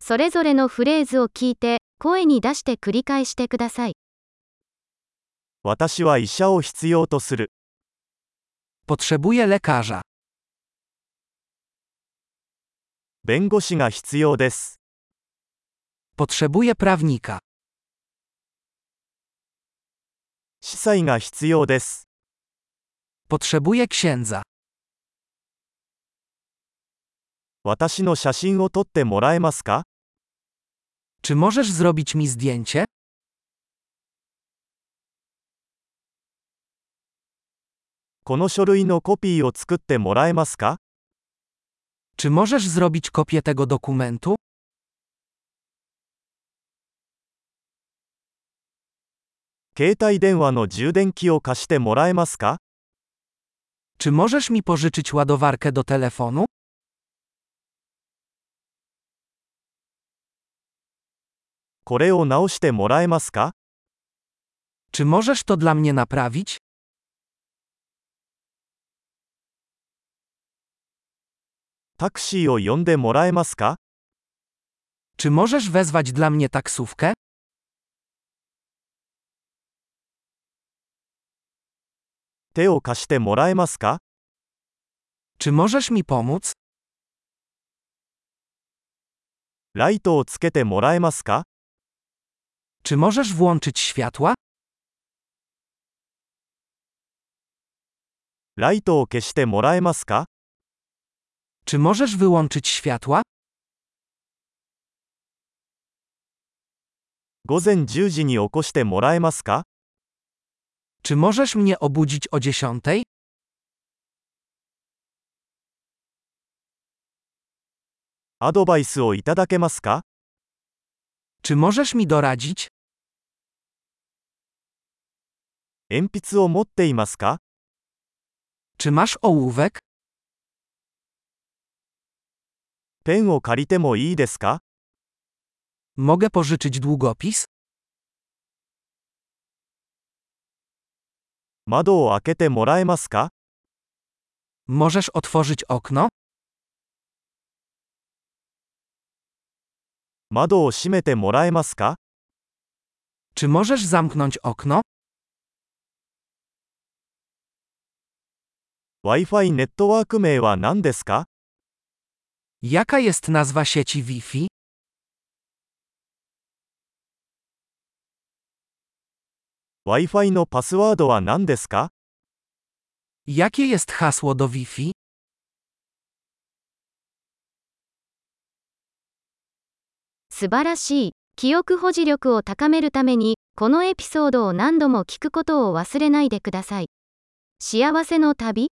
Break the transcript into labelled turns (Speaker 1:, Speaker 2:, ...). Speaker 1: それぞれのフレーズを聞いて、声に出して繰り返してください。
Speaker 2: 私は医者を必要とする。
Speaker 3: Potrzebuję lekarza.
Speaker 2: 弁護士が必要です。
Speaker 3: Potrzebuję prawnika.
Speaker 2: 司祭が必要です。
Speaker 3: Potrzebuję księdza.
Speaker 2: 私の写真を撮ってもらえますか
Speaker 3: Czy możesz zrobić mi zdjęcie?
Speaker 2: この書類のコピーを作ってもらえますか
Speaker 3: Czy możesz zrobić kopię tego dokumentu?
Speaker 2: 携帯電話の充電器を貸してもらえますか
Speaker 3: Czy możesz mi pożyczyć ładowarkę do telefonu?
Speaker 2: これを直してもらえますか
Speaker 3: Czy możesz to dla mnie naprawić?
Speaker 2: タクシーを呼んでもらえますか
Speaker 3: Czy możesz wezwać dla mnie taksówkę?
Speaker 2: 手を貸してもらえますか
Speaker 3: Czy możesz mi pomóc?
Speaker 2: ライトをつけてもらえますか
Speaker 3: Czy możesz włączyć światła?
Speaker 2: ライトを消してもらえますか
Speaker 3: Czy możesz wyłączyć światła?
Speaker 2: 午前10時に起こしてもらえますか
Speaker 3: Czy możesz mnie obudzić o dziesiątej?
Speaker 2: アドバイスをいただけますか
Speaker 3: Czy możesz mi doradzić?
Speaker 2: 鉛筆を持っていますか
Speaker 3: Czy masz ołówek?
Speaker 2: ペンを借りてもいいですか
Speaker 3: Mogę pożyczyć długopis?
Speaker 2: 窓を開けてもらえますか
Speaker 3: Możesz otworzyć okno?
Speaker 2: 窓を閉めてもらえますか
Speaker 3: Czy możesz zamknąć okno?
Speaker 2: Wi-Fi ネットワーク名は何ですか
Speaker 3: Jaka jest nazwa sieci Wi-Fi?
Speaker 2: ワ i f i のパスワードは何ですか
Speaker 3: Jakie jest hasło do Wi-Fi?
Speaker 1: 素晴らしい。記憶保持力を高めるために、このエピソードを何度も聞くことを忘れないでください。幸せの旅